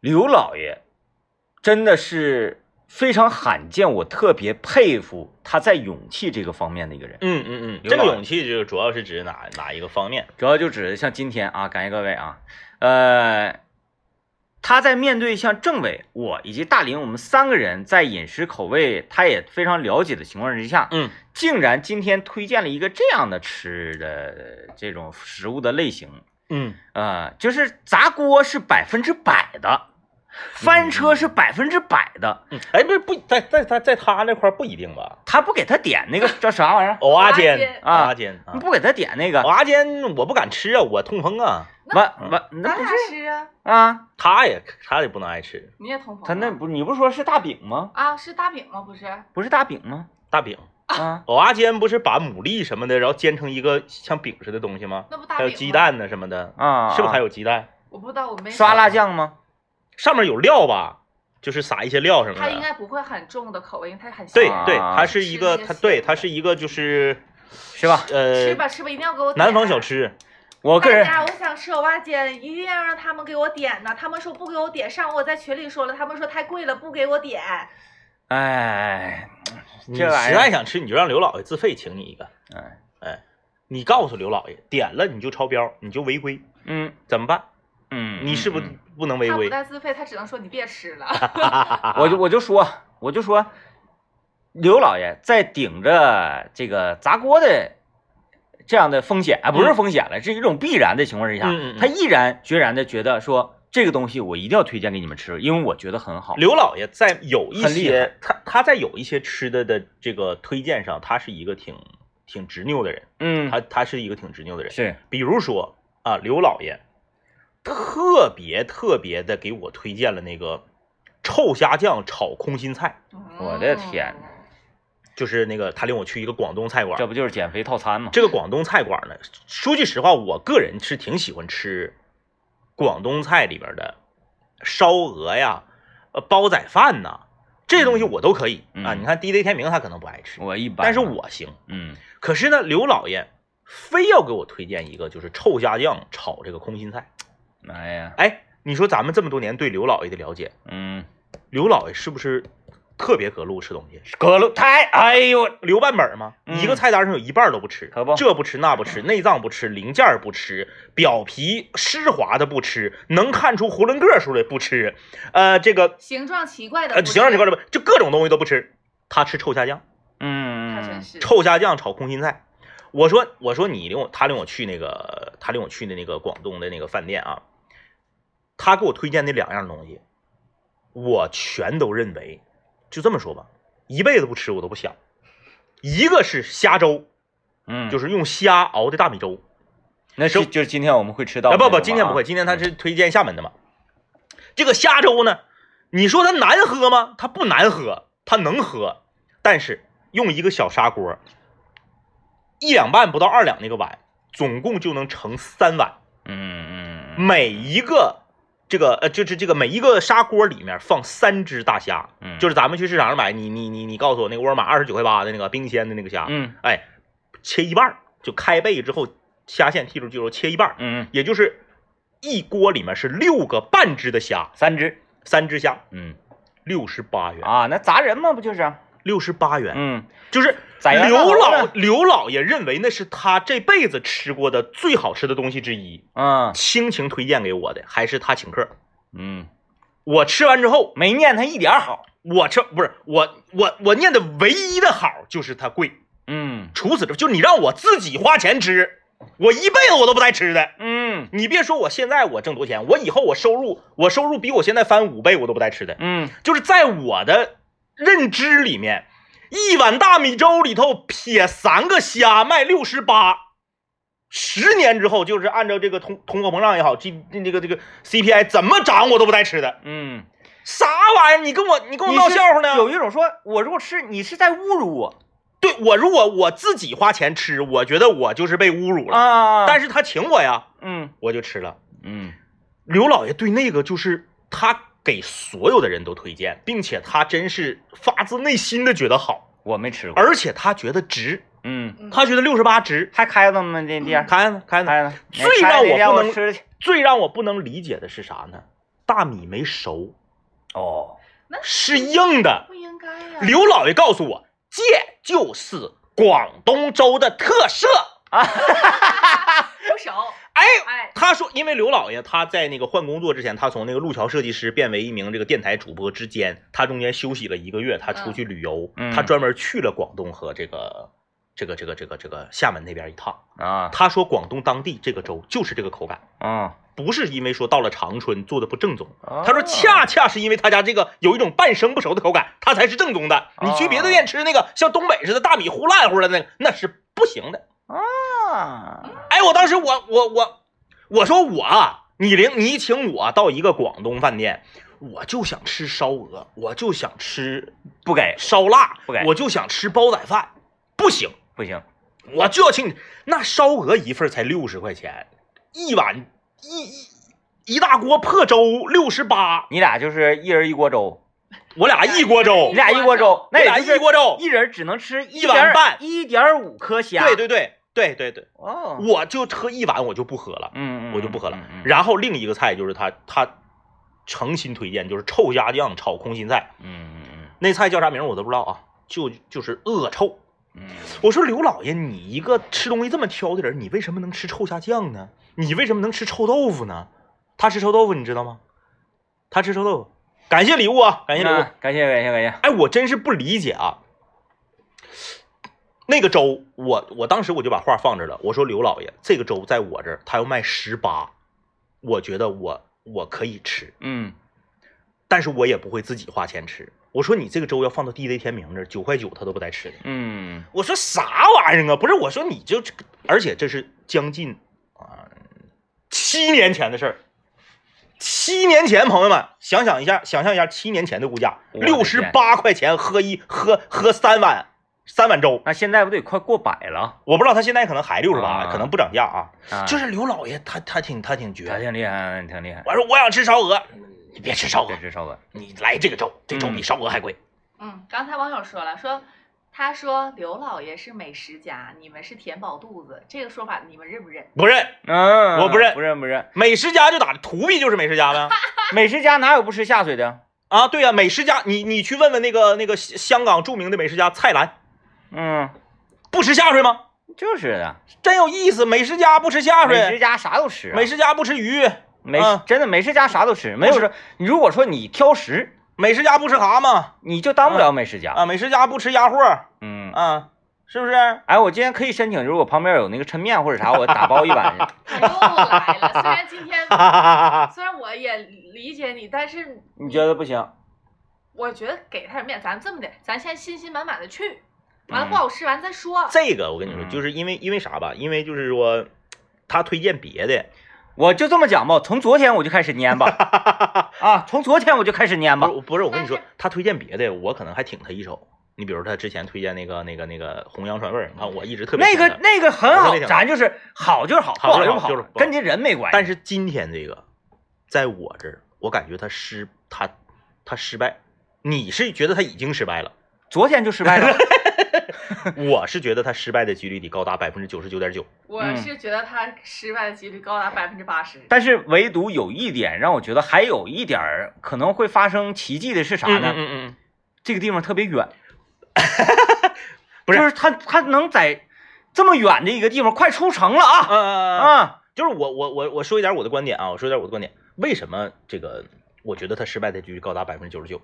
Speaker 2: 刘老爷真的是非常罕见，我特别佩服他在勇气这个方面的一个人。
Speaker 1: 嗯嗯嗯，
Speaker 2: 刘
Speaker 1: 这
Speaker 2: 老
Speaker 1: 个
Speaker 2: 爷
Speaker 1: 勇气就主要是指哪哪一个方面？
Speaker 2: 主要就指像今天啊，感谢各位啊，呃，他在面对像政委、我以及大林，我们三个人在饮食口味他也非常了解的情况之下，
Speaker 1: 嗯
Speaker 2: 竟然今天推荐了一个这样的吃的这种食物的类型，
Speaker 1: 嗯，
Speaker 2: 啊，就是砸锅是百分之百的，翻车是百分之百的，
Speaker 1: 嗯哎，不是不在在在在他那块儿不一定吧？
Speaker 2: 他不给他点那个叫啥玩意儿，
Speaker 1: 蚵仔
Speaker 3: 蚵仔
Speaker 1: 煎
Speaker 3: 煎
Speaker 2: 啊
Speaker 1: 蚵仔煎啊
Speaker 2: 你，不给他点那个，
Speaker 1: 蚵仔煎我不敢吃啊，我痛风啊。
Speaker 2: 完完那
Speaker 3: 咱
Speaker 2: 不
Speaker 3: 俩
Speaker 2: 是
Speaker 3: 吃啊，
Speaker 2: 啊，
Speaker 1: 他也他也不能爱吃
Speaker 3: 你也同房啊。
Speaker 2: 他那不你不是说是大饼吗？
Speaker 3: 啊是大饼吗？不是，
Speaker 2: 不是大饼吗？
Speaker 1: 大饼，
Speaker 2: 啊，
Speaker 1: 蚵仔煎不是把牡蛎什么的，然后煎成一个像饼似的东西吗？
Speaker 3: 那不大
Speaker 1: 还
Speaker 3: 饼
Speaker 1: 有
Speaker 3: 吗
Speaker 1: 鸡？蛋呢什么的，
Speaker 2: 啊，
Speaker 1: 是不是还
Speaker 2: 有
Speaker 1: 有鸡蛋？
Speaker 3: 我不知道，我没
Speaker 2: 刷
Speaker 3: 吃
Speaker 2: 辣酱吗？
Speaker 1: 上面有料吧，就是撒一些料什么
Speaker 3: 他应
Speaker 1: 的。
Speaker 3: 该不会很重的口味，因为他很
Speaker 1: 对
Speaker 2: 啊
Speaker 1: 对，它是一个，
Speaker 3: 吃那些
Speaker 1: 它
Speaker 3: 咸
Speaker 1: 对
Speaker 3: 的
Speaker 1: 它是一个就是
Speaker 2: 是吧？
Speaker 3: 吃
Speaker 1: 呃
Speaker 3: 吧吃吧，一定要给我点
Speaker 1: 南方小。吃，
Speaker 2: 我个
Speaker 3: 大
Speaker 2: 人
Speaker 3: 家，我想吃蚵仔煎，一定要让他们给我点呢。他们说不给我点，上午我在群里说了，他们说太贵了，不给我点。
Speaker 2: 哎，
Speaker 1: 你
Speaker 2: 这
Speaker 1: 实
Speaker 2: 玩意儿
Speaker 1: 在想吃你就让刘老爷自费请你一个，
Speaker 2: 哎
Speaker 1: 哎，你告诉刘老爷点了你就超标，你就违规，
Speaker 2: 嗯
Speaker 1: 怎么办？
Speaker 2: 嗯，
Speaker 1: 你是不
Speaker 2: 嗯嗯
Speaker 1: 不能违
Speaker 3: 他
Speaker 1: 规
Speaker 3: 不，带自费，他只能说你别吃了。
Speaker 1: 啊
Speaker 2: 我就我就说，我就说，刘老爷在顶着这个砸锅的这样的风险啊，不是风险了，是一种必然的情况之下，
Speaker 1: 嗯嗯嗯嗯
Speaker 2: 他毅然决然的觉得说这个东西我一定要推荐给你们吃，因为我觉得很好。
Speaker 1: 刘老爷在有一
Speaker 2: 很厉
Speaker 1: 些他他在有一些吃的的这个推荐上，他是一个挺挺执拗的人，
Speaker 2: 嗯，
Speaker 1: 他他是一个挺执拗的人。
Speaker 2: 是
Speaker 1: 比如说啊，刘老爷特别特别的给我推荐了那个臭虾酱炒空心菜，
Speaker 3: 嗯
Speaker 2: 我的天
Speaker 3: 哪！
Speaker 1: 就是那个他领我去一个广东菜馆
Speaker 2: 这，不就是减肥套餐吗？
Speaker 1: 这个广东菜馆呢，说句实话，我个人是挺喜欢吃广东菜里边的烧鹅呀、呃煲仔饭呐、这些东西我都可以、
Speaker 2: 嗯
Speaker 1: 啊。你看 DJ 天明他可能不爱吃，
Speaker 2: 我一般，
Speaker 1: 但是我行。
Speaker 2: 嗯，
Speaker 1: 可是呢，刘老爷非要给我推荐一个，就是臭虾酱炒这个空心菜。
Speaker 2: 哎呀，
Speaker 1: 哎，你说咱们这么多年对刘老爷的了解，
Speaker 2: 嗯，
Speaker 1: 刘老爷是不是特别隔路吃东西？
Speaker 2: 格鲁太，哎呦，
Speaker 1: 留半本儿吗？
Speaker 2: 嗯
Speaker 1: 一个菜单上有一半儿都不吃，
Speaker 2: 可不
Speaker 1: 这不吃那不吃，内脏不吃，零件儿不吃，表皮湿滑的不吃，能看出囫囵个儿出来不吃，呃，这个
Speaker 3: 形状奇怪的
Speaker 1: 呃，
Speaker 3: 不是，
Speaker 1: 形状这块的就各种东西都不吃，他吃臭虾酱，
Speaker 3: 他
Speaker 2: 嗯
Speaker 3: 真，是
Speaker 1: 臭虾酱炒空心菜。我说我说你领我，他领我去那个他领我去的那个广东的那个饭店啊，他给我推荐那两样东西，我全都认为，就这么说吧，一辈子不吃我都不想。一个是虾粥，
Speaker 2: 嗯，
Speaker 1: 就是用虾熬的大米粥。
Speaker 2: 那
Speaker 1: 是
Speaker 2: 是就是今天我们会吃到
Speaker 1: 啊
Speaker 2: 的那
Speaker 1: 不
Speaker 2: 种啊，
Speaker 1: 不，今天不会，今天他是推荐厦门的嘛。这个虾粥呢，你说它难喝吗？它不难喝，它能喝，但是用一个小砂锅，一两半不到二两那个碗，总共就能盛三碗。
Speaker 2: 嗯，嗯嗯
Speaker 1: 每一个这个呃，就是这个每一个砂锅里面放三只大虾，
Speaker 2: 嗯，，
Speaker 1: 就是是咱们去市场上买，你你你你告诉我那个沃尔玛二十九块八的那个冰鲜的那个虾，
Speaker 2: 嗯
Speaker 1: 哎，切一半儿，就开背之后，虾线剔出去之后切一半儿，
Speaker 2: 嗯，
Speaker 1: 也就是一锅里面是六个半只的虾，
Speaker 2: 三只，
Speaker 1: 三只虾
Speaker 2: 嗯
Speaker 1: 六十八元，
Speaker 2: 啊，那砸人嘛，不就是？啊
Speaker 1: 六十八元，
Speaker 2: 嗯，
Speaker 1: 就是
Speaker 2: 宰羊大
Speaker 1: 刘
Speaker 2: 头
Speaker 1: 老
Speaker 2: 呢
Speaker 1: 刘老爷认为那是他这辈子吃过的最好吃的东西之一，
Speaker 2: 嗯
Speaker 1: 倾情推荐给我的，还是他请客。
Speaker 2: 嗯，
Speaker 1: 我吃完之后，
Speaker 2: 没念他一点儿好，
Speaker 1: 我吃不是我我我念的唯一的好就是它贵，
Speaker 2: 嗯
Speaker 1: 除此之外，就你让我自己花钱吃，我一辈子我都不带吃的。
Speaker 2: 嗯
Speaker 1: 你别说我现在我挣多钱，我以后我收入我收入比我现在翻五倍我都不带吃的。
Speaker 2: 嗯，
Speaker 1: 就是在我的认知里面，一碗大米粥里头撇三个虾卖六十八，十年之后就是按照这个通通货膨胀也好，这这个这个 CPI 怎么涨我都不带吃的，
Speaker 2: 嗯，
Speaker 1: 啥玩意儿？你跟我你跟我
Speaker 2: 你
Speaker 1: 闹
Speaker 2: 是
Speaker 1: 笑话呢？
Speaker 2: 有一种说，我如果吃，你是在侮辱我
Speaker 1: 对我如果我自己花钱吃，我觉得我就是被侮辱了。
Speaker 2: 啊！
Speaker 1: 但
Speaker 2: 是，
Speaker 1: 是他请我呀，
Speaker 2: 嗯
Speaker 1: 我就吃了。
Speaker 2: 嗯
Speaker 1: 刘老爷对那个就是他给所有的人都推荐，并且他真是发自内心的觉得好，
Speaker 2: 我没吃过，
Speaker 1: 而且他觉得值。
Speaker 2: 嗯，
Speaker 3: 嗯
Speaker 1: 他觉得六十八值，
Speaker 2: 还开着吗？这店
Speaker 1: 开呢嗯开呢。
Speaker 2: 开着，
Speaker 1: 最让我
Speaker 2: 我
Speaker 1: 不能
Speaker 2: 吃去。
Speaker 1: 最让我不能理解的是啥呢？大米没熟，
Speaker 2: 哦，
Speaker 3: 那
Speaker 1: 是硬的。
Speaker 3: 不应该呀、
Speaker 1: 刘老爷告诉我，这就是广东粥的特色。
Speaker 3: 不熟，
Speaker 1: 哎，
Speaker 3: 哎，
Speaker 1: 他说，因为刘老爷他在那个换工作之前，他从那个路桥设计师变为一名这个电台主播之间，他中间休息了一个月，他出去旅游，
Speaker 2: 嗯
Speaker 1: 他专门去了广东和这个这个这个这个这个厦门那边一趟。
Speaker 2: 啊，
Speaker 1: 他说，广东当地这个粥就是这个口感。
Speaker 2: 嗯，
Speaker 1: 不是因为说到了长春做的不正宗，
Speaker 2: 哦
Speaker 1: 他说恰恰是因为他家这个有一种半生不熟的口感，它才是正宗的。你去别的店吃那个像东北似的大米糊烂乎的那个，那是不行的。
Speaker 2: 啊，
Speaker 1: 哎，我当时我我我我说我啊你领你请我到一个广东饭店，我就想吃烧鹅，我就想吃
Speaker 2: 不给，
Speaker 1: 烧腊，
Speaker 2: 不给
Speaker 1: 我就想吃煲仔饭，不行，
Speaker 2: 不行，
Speaker 1: 我就要请你。那烧鹅一份儿才六十块钱，一碗一一一大锅破粥六十八，
Speaker 2: 你俩就是一人一锅粥，
Speaker 1: 我俩一锅粥
Speaker 2: 你，俩一锅粥，那
Speaker 1: 我俩
Speaker 2: 也就
Speaker 1: 一
Speaker 2: 是
Speaker 1: 锅粥。
Speaker 2: 一人只能吃
Speaker 1: 一碗半
Speaker 2: 一点五颗虾。
Speaker 1: 对，对对对对对，
Speaker 2: 哦，
Speaker 1: 我就喝一碗我就不喝了，
Speaker 2: 嗯，嗯
Speaker 1: 我就不喝了。
Speaker 2: 嗯嗯
Speaker 1: 然后另一个菜就是他他诚心推荐就是臭虾酱炒空心菜，
Speaker 2: 嗯嗯
Speaker 1: 那菜叫啥名儿我都不知道啊，就就是恶臭。
Speaker 2: 嗯
Speaker 1: 我说刘老爷，你一个吃东西这么挑的人，你为什么能吃臭虾酱呢？你为什么能吃臭豆腐呢？他吃臭豆腐，你知道吗？他吃臭豆腐，感谢礼物啊，感谢
Speaker 2: 嗯，
Speaker 1: 礼物。
Speaker 2: 那感谢感谢感谢，
Speaker 1: 哎，我真是不理解啊。那个粥，我我当时我就把话放这儿了，我说刘老爷，这个粥在我这儿他要卖十八，我觉得我我可以吃，
Speaker 2: 嗯
Speaker 1: 但是我也不会自己花钱吃。我说你这个粥要放到 DJ 天明这儿，九块九他都不带吃的。
Speaker 2: 嗯
Speaker 1: 我说啥玩意儿啊？不是，我说你就这个，而且这是将近啊、七年前的事儿。七年前，朋友们，想想一下，想象一下七年前的物价，
Speaker 2: 我的
Speaker 1: 六十
Speaker 2: 天
Speaker 1: 八块钱喝一喝喝三碗三碗粥，
Speaker 2: 那现在不得快过百了？
Speaker 1: 我不知道他现在可能还六十八，
Speaker 2: 啊
Speaker 1: 可能不涨价啊。
Speaker 2: 啊哎
Speaker 1: 就是刘老爷他他挺他挺
Speaker 2: 他
Speaker 1: 绝，
Speaker 2: 挺厉害，嗯挺厉害。
Speaker 1: 我说我想吃烧鹅，你别吃烧鹅
Speaker 2: 别，吃烧鹅，
Speaker 1: 你来这个粥，这粥
Speaker 2: 嗯
Speaker 1: 比烧鹅还贵。
Speaker 3: 嗯，刚才网友说了，说他说刘老爷是美食家，你们是填饱肚子，这个说法你们认不认？
Speaker 1: 不认，
Speaker 2: 嗯，
Speaker 1: 我不认
Speaker 2: 不认不认。
Speaker 1: 美食家就打图币就是美食家呗。
Speaker 2: 美食家哪有不吃下水的？
Speaker 1: 啊，对呀、美食家，你你去问问那个那个香香港著名的美食家蔡澜，
Speaker 2: 嗯，
Speaker 1: 不吃下水吗？
Speaker 2: 就是的，
Speaker 1: 真有意思，美食家不吃下水，
Speaker 2: 美食家啥都吃啊，
Speaker 1: 美食家不吃鱼，
Speaker 2: 美
Speaker 1: 嗯
Speaker 2: 真的美食家啥都吃，没有说你如果说你挑食，
Speaker 1: 美食家不吃蛤蟆
Speaker 2: 你就当不了美食家。
Speaker 1: 啊，美食家不吃鸭货
Speaker 2: 嗯，
Speaker 1: 啊，是不是？
Speaker 2: 哎，我今天可以申请，如果旁边有那个抻面或者啥，我打包一碗。
Speaker 3: 他又来了，虽然今天
Speaker 1: 哈哈哈哈哈哈！
Speaker 3: 虽然我也理解你，但是
Speaker 2: 你觉得不行？
Speaker 3: 我觉得给他点面，咱这么的，咱先信心满满的去，完了
Speaker 2: 嗯
Speaker 3: 不好吃完再说。
Speaker 1: 这个我跟你说，
Speaker 2: 嗯
Speaker 1: 就是因为因为啥吧？因为就是说他推荐别的，
Speaker 2: 我就这么讲吧，从昨天我就开始 蔫吧，啊，从昨天我就开始蔫
Speaker 1: 不
Speaker 2: 吧
Speaker 1: 是。不是，我跟你说
Speaker 3: 但是，
Speaker 1: 他推荐别的，我可能还挺他一手。你比如他之前推荐那个那个那个弘扬川味儿，你看我一直特别
Speaker 2: 那
Speaker 1: 喜
Speaker 2: 个
Speaker 1: 欢它
Speaker 2: 那个很
Speaker 1: 我特
Speaker 2: 好
Speaker 1: 别，想
Speaker 2: 咱就是好就是好，不
Speaker 1: 好
Speaker 2: 好
Speaker 1: 就是好
Speaker 2: 好，
Speaker 1: 就是不好
Speaker 2: 跟这人没关系。
Speaker 1: 但是今天这个，在我这儿，我感觉他失他他失败。你是觉得他已经失 败了，
Speaker 2: 昨天就失 败了，
Speaker 1: 我是觉得他失败的几率得高达百分之九十九点九。
Speaker 3: 我是
Speaker 2: 嗯
Speaker 3: 觉得他失败的几率高达百分之八十。
Speaker 2: 但是唯独有一点让我觉得还有一点儿可能会发生奇迹的是啥呢？
Speaker 1: 嗯嗯，
Speaker 2: 这个地方特别远，
Speaker 1: 不是
Speaker 2: 就是他他能在这么远的一个地方快出城了啊
Speaker 1: 呃，
Speaker 2: 啊！
Speaker 1: 就是我我我我说一点我的观点啊，我说一点我的观点，为什么这个我觉得他失败的几率高达百分之九十九？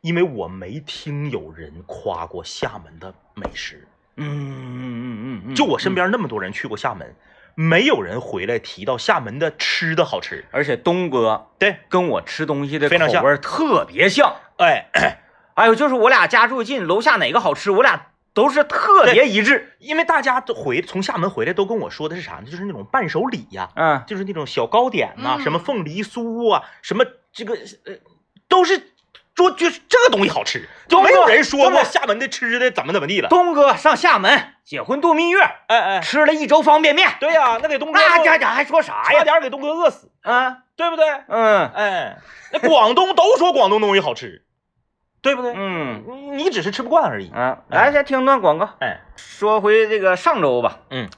Speaker 1: 因为我没听有人夸过厦门的美食，
Speaker 2: 嗯嗯嗯嗯嗯，
Speaker 1: 就我身边那么多人去过厦门，没有人回来提到厦门的吃的好吃。
Speaker 2: 而且东哥
Speaker 1: 对，
Speaker 2: 跟我吃东西的
Speaker 1: 非常像
Speaker 2: 口味儿特别像。
Speaker 1: 哎，
Speaker 2: 哎呦，就是我俩家住近，楼下哪个好吃，我俩都是特别一致。
Speaker 1: 因为大家都回从厦门回来都跟我说的是啥呢？就是那种伴手礼呀、
Speaker 2: 嗯，
Speaker 1: 就是那种小糕点呐、
Speaker 3: 嗯
Speaker 1: 什么凤梨酥啊，什么这个呃，都是说就是这个东西好吃，就
Speaker 2: 东
Speaker 1: 没
Speaker 2: 哥
Speaker 1: 有人说
Speaker 2: 真
Speaker 1: 过
Speaker 2: 的
Speaker 1: 厦门的吃的怎么怎么地了。
Speaker 2: 东哥上厦门结婚度蜜月，
Speaker 1: 哎哎，
Speaker 2: 吃了一周方便面，
Speaker 1: 对呀、那给东哥
Speaker 2: 那
Speaker 1: 饿
Speaker 2: 家家还说啥
Speaker 1: 差
Speaker 2: 呀？
Speaker 1: 点给东哥饿死，
Speaker 2: 啊，
Speaker 1: 对不对？
Speaker 2: 嗯
Speaker 1: 哎，那广东都说广东东西好吃，对不对？
Speaker 2: 嗯
Speaker 1: 你你只是吃不惯而已。
Speaker 2: 啊，来先听段广告。
Speaker 1: 哎，
Speaker 2: 说回这个上周吧，
Speaker 1: 嗯，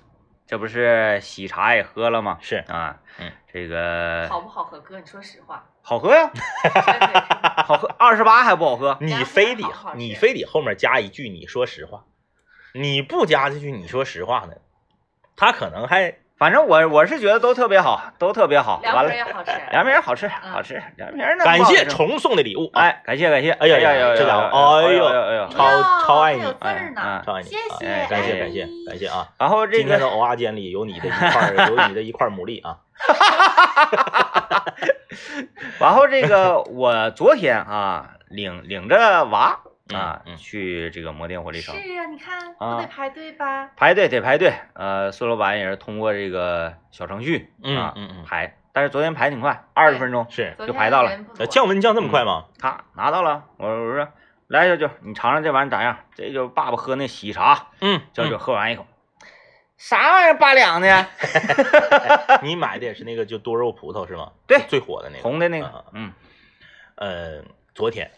Speaker 2: 这不是喜茶也喝了吗？
Speaker 1: 是
Speaker 2: 啊，
Speaker 1: 嗯，
Speaker 2: 这个
Speaker 3: 好不好喝，哥？你说 实话，
Speaker 2: 好喝呀，
Speaker 3: 真的
Speaker 2: 好喝，二十八还不好喝？
Speaker 1: 你
Speaker 3: 家
Speaker 1: 非
Speaker 3: 乡
Speaker 1: 得
Speaker 3: 好好
Speaker 1: 你
Speaker 3: 吃
Speaker 1: 非得后面加一句你说实话，你不加这句你说实话呢，他可能还
Speaker 2: 反正我我是觉得都特别好，都特别好。
Speaker 3: 是凉
Speaker 2: 完
Speaker 3: 皮儿
Speaker 2: 了，
Speaker 3: 也好吃。
Speaker 2: 凉皮儿好吃，好吃，凉皮儿呢？
Speaker 1: 感
Speaker 2: 不好
Speaker 1: 谢
Speaker 2: 吃
Speaker 1: 虫送的礼物，啊，
Speaker 2: 哎，感谢感谢，
Speaker 1: 哎呀呀
Speaker 2: 呀，
Speaker 1: 这家伙
Speaker 2: 哎
Speaker 1: 哎呦
Speaker 2: 哎呦
Speaker 3: 哎，
Speaker 1: 超
Speaker 3: 呦
Speaker 1: 超爱你
Speaker 3: 还有字
Speaker 2: 哎
Speaker 3: 儿呢，
Speaker 1: 超爱你，
Speaker 3: 谢
Speaker 1: 啊
Speaker 3: 谢
Speaker 1: 哎感谢
Speaker 2: 爱
Speaker 1: 感
Speaker 3: 你
Speaker 1: 谢感谢啊！
Speaker 2: 然后这
Speaker 1: 今天的
Speaker 2: 个
Speaker 1: 偶啊间里有你的一块儿，有你的一块牡蛎啊，
Speaker 2: 然后这个我昨天啊领领着娃啊
Speaker 1: 嗯嗯
Speaker 2: 去这个摩天活力城
Speaker 3: 是啊，你看
Speaker 2: 啊
Speaker 3: 不得排队吧？
Speaker 2: 排队得排队，呃，孙老板也是通过这个小程序啊
Speaker 1: 嗯嗯
Speaker 2: 排，但是昨天排挺快，二十分钟，
Speaker 1: 是
Speaker 3: 昨
Speaker 2: 就
Speaker 3: 天
Speaker 2: 排到了
Speaker 3: 人不
Speaker 1: 呃
Speaker 3: 多
Speaker 1: 降温降这么快吗？
Speaker 2: 他拿到了，我我说来舅舅，你尝尝这玩意儿咋样？这就是爸爸喝那喜茶，
Speaker 1: 嗯，
Speaker 2: 舅舅喝完一口，啥玩意儿八两的？
Speaker 1: 你买的也是那个就多肉葡萄是吗？
Speaker 2: 对
Speaker 1: 最火的那个
Speaker 2: 红的那个
Speaker 1: 啊，
Speaker 2: 嗯
Speaker 1: 呃，昨天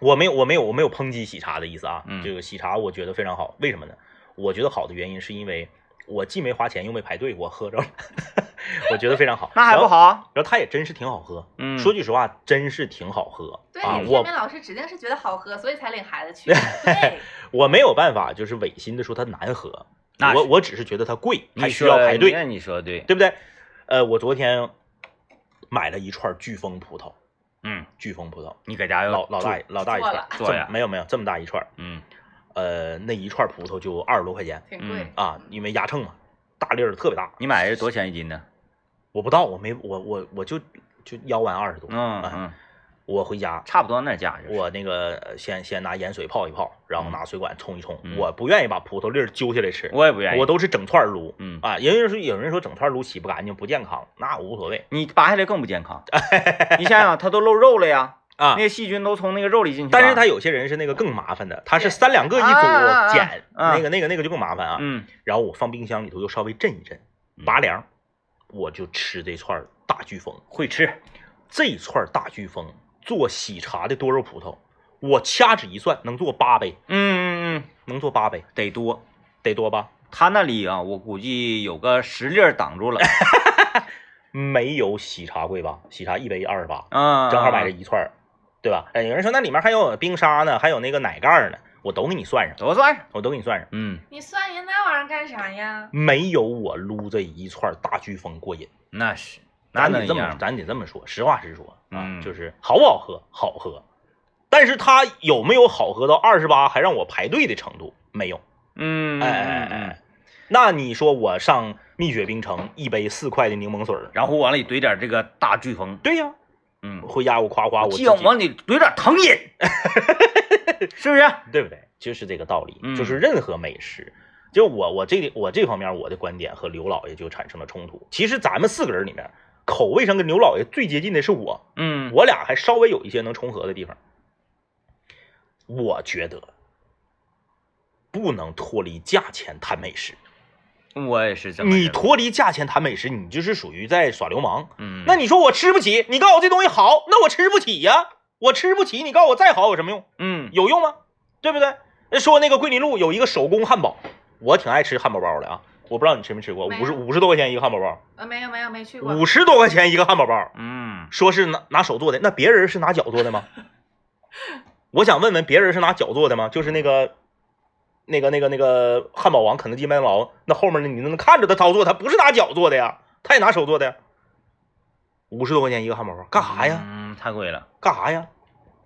Speaker 1: 我没有我没有我没有抨击喜茶的意思啊，
Speaker 2: 嗯
Speaker 1: 这个喜茶我觉得非常好，为什么呢？我觉得好的原因是因为我既没花钱又没排队，我喝着了， 我觉得非常好。
Speaker 2: 那还不
Speaker 1: 然后？
Speaker 2: 好啊，
Speaker 1: 然后它也真是挺好喝，
Speaker 2: 嗯，
Speaker 1: 说句实话，真是挺好喝
Speaker 3: 对，
Speaker 1: 啊！
Speaker 3: 你们天
Speaker 1: 我
Speaker 3: 明老师指定是觉得好喝，所以才领孩子去。对，
Speaker 1: 我没有办法，就是违心的说它难喝，
Speaker 2: 那
Speaker 1: 我
Speaker 2: 是
Speaker 1: 我只是觉得它贵，
Speaker 2: 你
Speaker 1: 还需
Speaker 2: 说
Speaker 1: 要排队，
Speaker 2: 那你说的对，
Speaker 1: 对不对？呃，我昨天买了一串飓风葡萄，
Speaker 2: 嗯，
Speaker 1: 飓风葡萄，
Speaker 2: 你搁家要
Speaker 1: 老老大
Speaker 2: 做
Speaker 1: 老大一
Speaker 3: 做
Speaker 1: 串
Speaker 3: 了
Speaker 1: 儿，
Speaker 2: 做
Speaker 1: 这
Speaker 2: 呀
Speaker 1: 没有没有这么大一串儿，
Speaker 2: 嗯
Speaker 1: 呃，那一串儿葡萄就二十多块钱
Speaker 3: 挺贵
Speaker 2: 嗯。
Speaker 1: 啊，因为压秤嘛，大粒儿特别大，，
Speaker 2: 你买的是多少钱一斤的？
Speaker 1: 我不到，我没我我我就就腰完二十多，
Speaker 2: 嗯
Speaker 1: 哎
Speaker 2: 嗯，
Speaker 1: 我回家。
Speaker 2: 差不多那价就是。
Speaker 1: 我那个呃先先拿盐水泡一泡，然后拿水管冲一冲。
Speaker 2: 嗯
Speaker 1: 我不愿意把葡萄粒儿揪下来吃，
Speaker 2: 我也不愿意。
Speaker 1: 我都是整串儿撸
Speaker 2: 嗯，
Speaker 1: 啊。人家说有人说整串儿撸洗不干净不健康，那我无所谓。
Speaker 2: 你拔下来更不健康。你想想，它都露肉了呀，
Speaker 1: 啊
Speaker 2: 那。个细菌都从那个肉里进去了。
Speaker 1: 但是他有些人是那个更麻烦的，他是
Speaker 3: 对
Speaker 1: 三两个一组
Speaker 2: 啊啊啊啊
Speaker 1: 剪，
Speaker 2: 啊
Speaker 1: 那个那个那个就更麻烦啊。
Speaker 2: 嗯，
Speaker 1: 然后我放冰箱里头又稍微震一震，
Speaker 2: 嗯
Speaker 1: 拔凉，我就吃这串儿大飓风。
Speaker 2: 会吃，
Speaker 1: 这串儿大飓风做喜茶的多肉葡萄，我掐指一算能做八杯，
Speaker 2: 嗯嗯嗯，
Speaker 1: 能做八杯，
Speaker 2: 得多。
Speaker 1: 得多吧？
Speaker 2: 他那里啊，我估计有个十粒儿挡 住了
Speaker 1: 没有喜茶贵吧？喜茶一杯二十八，
Speaker 2: 啊，
Speaker 1: 正好买这一串儿，对吧？哎，有人说那里面还有冰沙呢，还有那个奶盖儿呢，我都给你算上，
Speaker 2: 都算上。
Speaker 1: 我都给你算上。
Speaker 2: 嗯，
Speaker 3: 你算人那玩意儿干啥呀？
Speaker 1: 没有我撸这一串大飓风过瘾，
Speaker 2: 那是，那
Speaker 1: 咱
Speaker 2: 能
Speaker 1: 得这
Speaker 2: 一
Speaker 1: 么
Speaker 2: 样吗？
Speaker 1: 咱得这么说，实话实说啊
Speaker 2: 嗯，
Speaker 1: 就是好不好喝，好喝，但是它有没有好喝到二十八还让我排队的程度？没有，
Speaker 2: 嗯，嗯
Speaker 1: 哎哎哎
Speaker 2: 嗯嗯
Speaker 1: 哎，那你说我上蜜雪冰城一杯四块的柠檬水儿，
Speaker 2: 然后往里怼点这个大飓风，
Speaker 1: 对呀，
Speaker 2: 嗯，
Speaker 1: 回家我夸夸我自己
Speaker 2: 就要往里怼点糖饮， 是不是？
Speaker 1: 对不对？就是这个道理，
Speaker 2: 嗯
Speaker 1: 就是任何美食，就我我这我这方面我的观点和刘老爷就产生了冲突。其实咱们四个人里面，口味上跟刘老爷最接近的是我，
Speaker 2: 嗯，
Speaker 1: 我俩还稍微有一些能重合的地方。我觉得不能脱离价钱谈美食，
Speaker 2: 我也是这么
Speaker 1: 你
Speaker 2: 认为，
Speaker 1: 脱离价钱谈美食，你就是属于在耍流氓。
Speaker 2: 嗯，
Speaker 1: 那你说我吃不起，你告诉我这东西好，那我吃不起呀，我吃不起，你告诉我再好有什么用？
Speaker 2: 嗯
Speaker 1: 有用吗？对不对？人说那个桂林路有一个手工汉堡，我挺爱吃汉堡包的啊，我不知道你吃没吃过，
Speaker 3: 没
Speaker 1: 五
Speaker 3: 有
Speaker 1: 十五十多块钱一个汉堡包，
Speaker 3: 呃，没有没有没去过。
Speaker 1: 五十多块钱一个汉堡包，
Speaker 2: 嗯，
Speaker 1: 说是拿拿手做的，那别人是拿脚做的 吗？我想问问别人是拿脚做的吗？就是那个。那个、那个、那个汉堡王、肯德基、麦当劳，那后面呢？你能看着他操作，他不是拿脚做的呀，他也拿手做的呀。五十多块钱一个汉堡包，干啥呀？
Speaker 2: 嗯，太贵了，
Speaker 1: 干啥呀？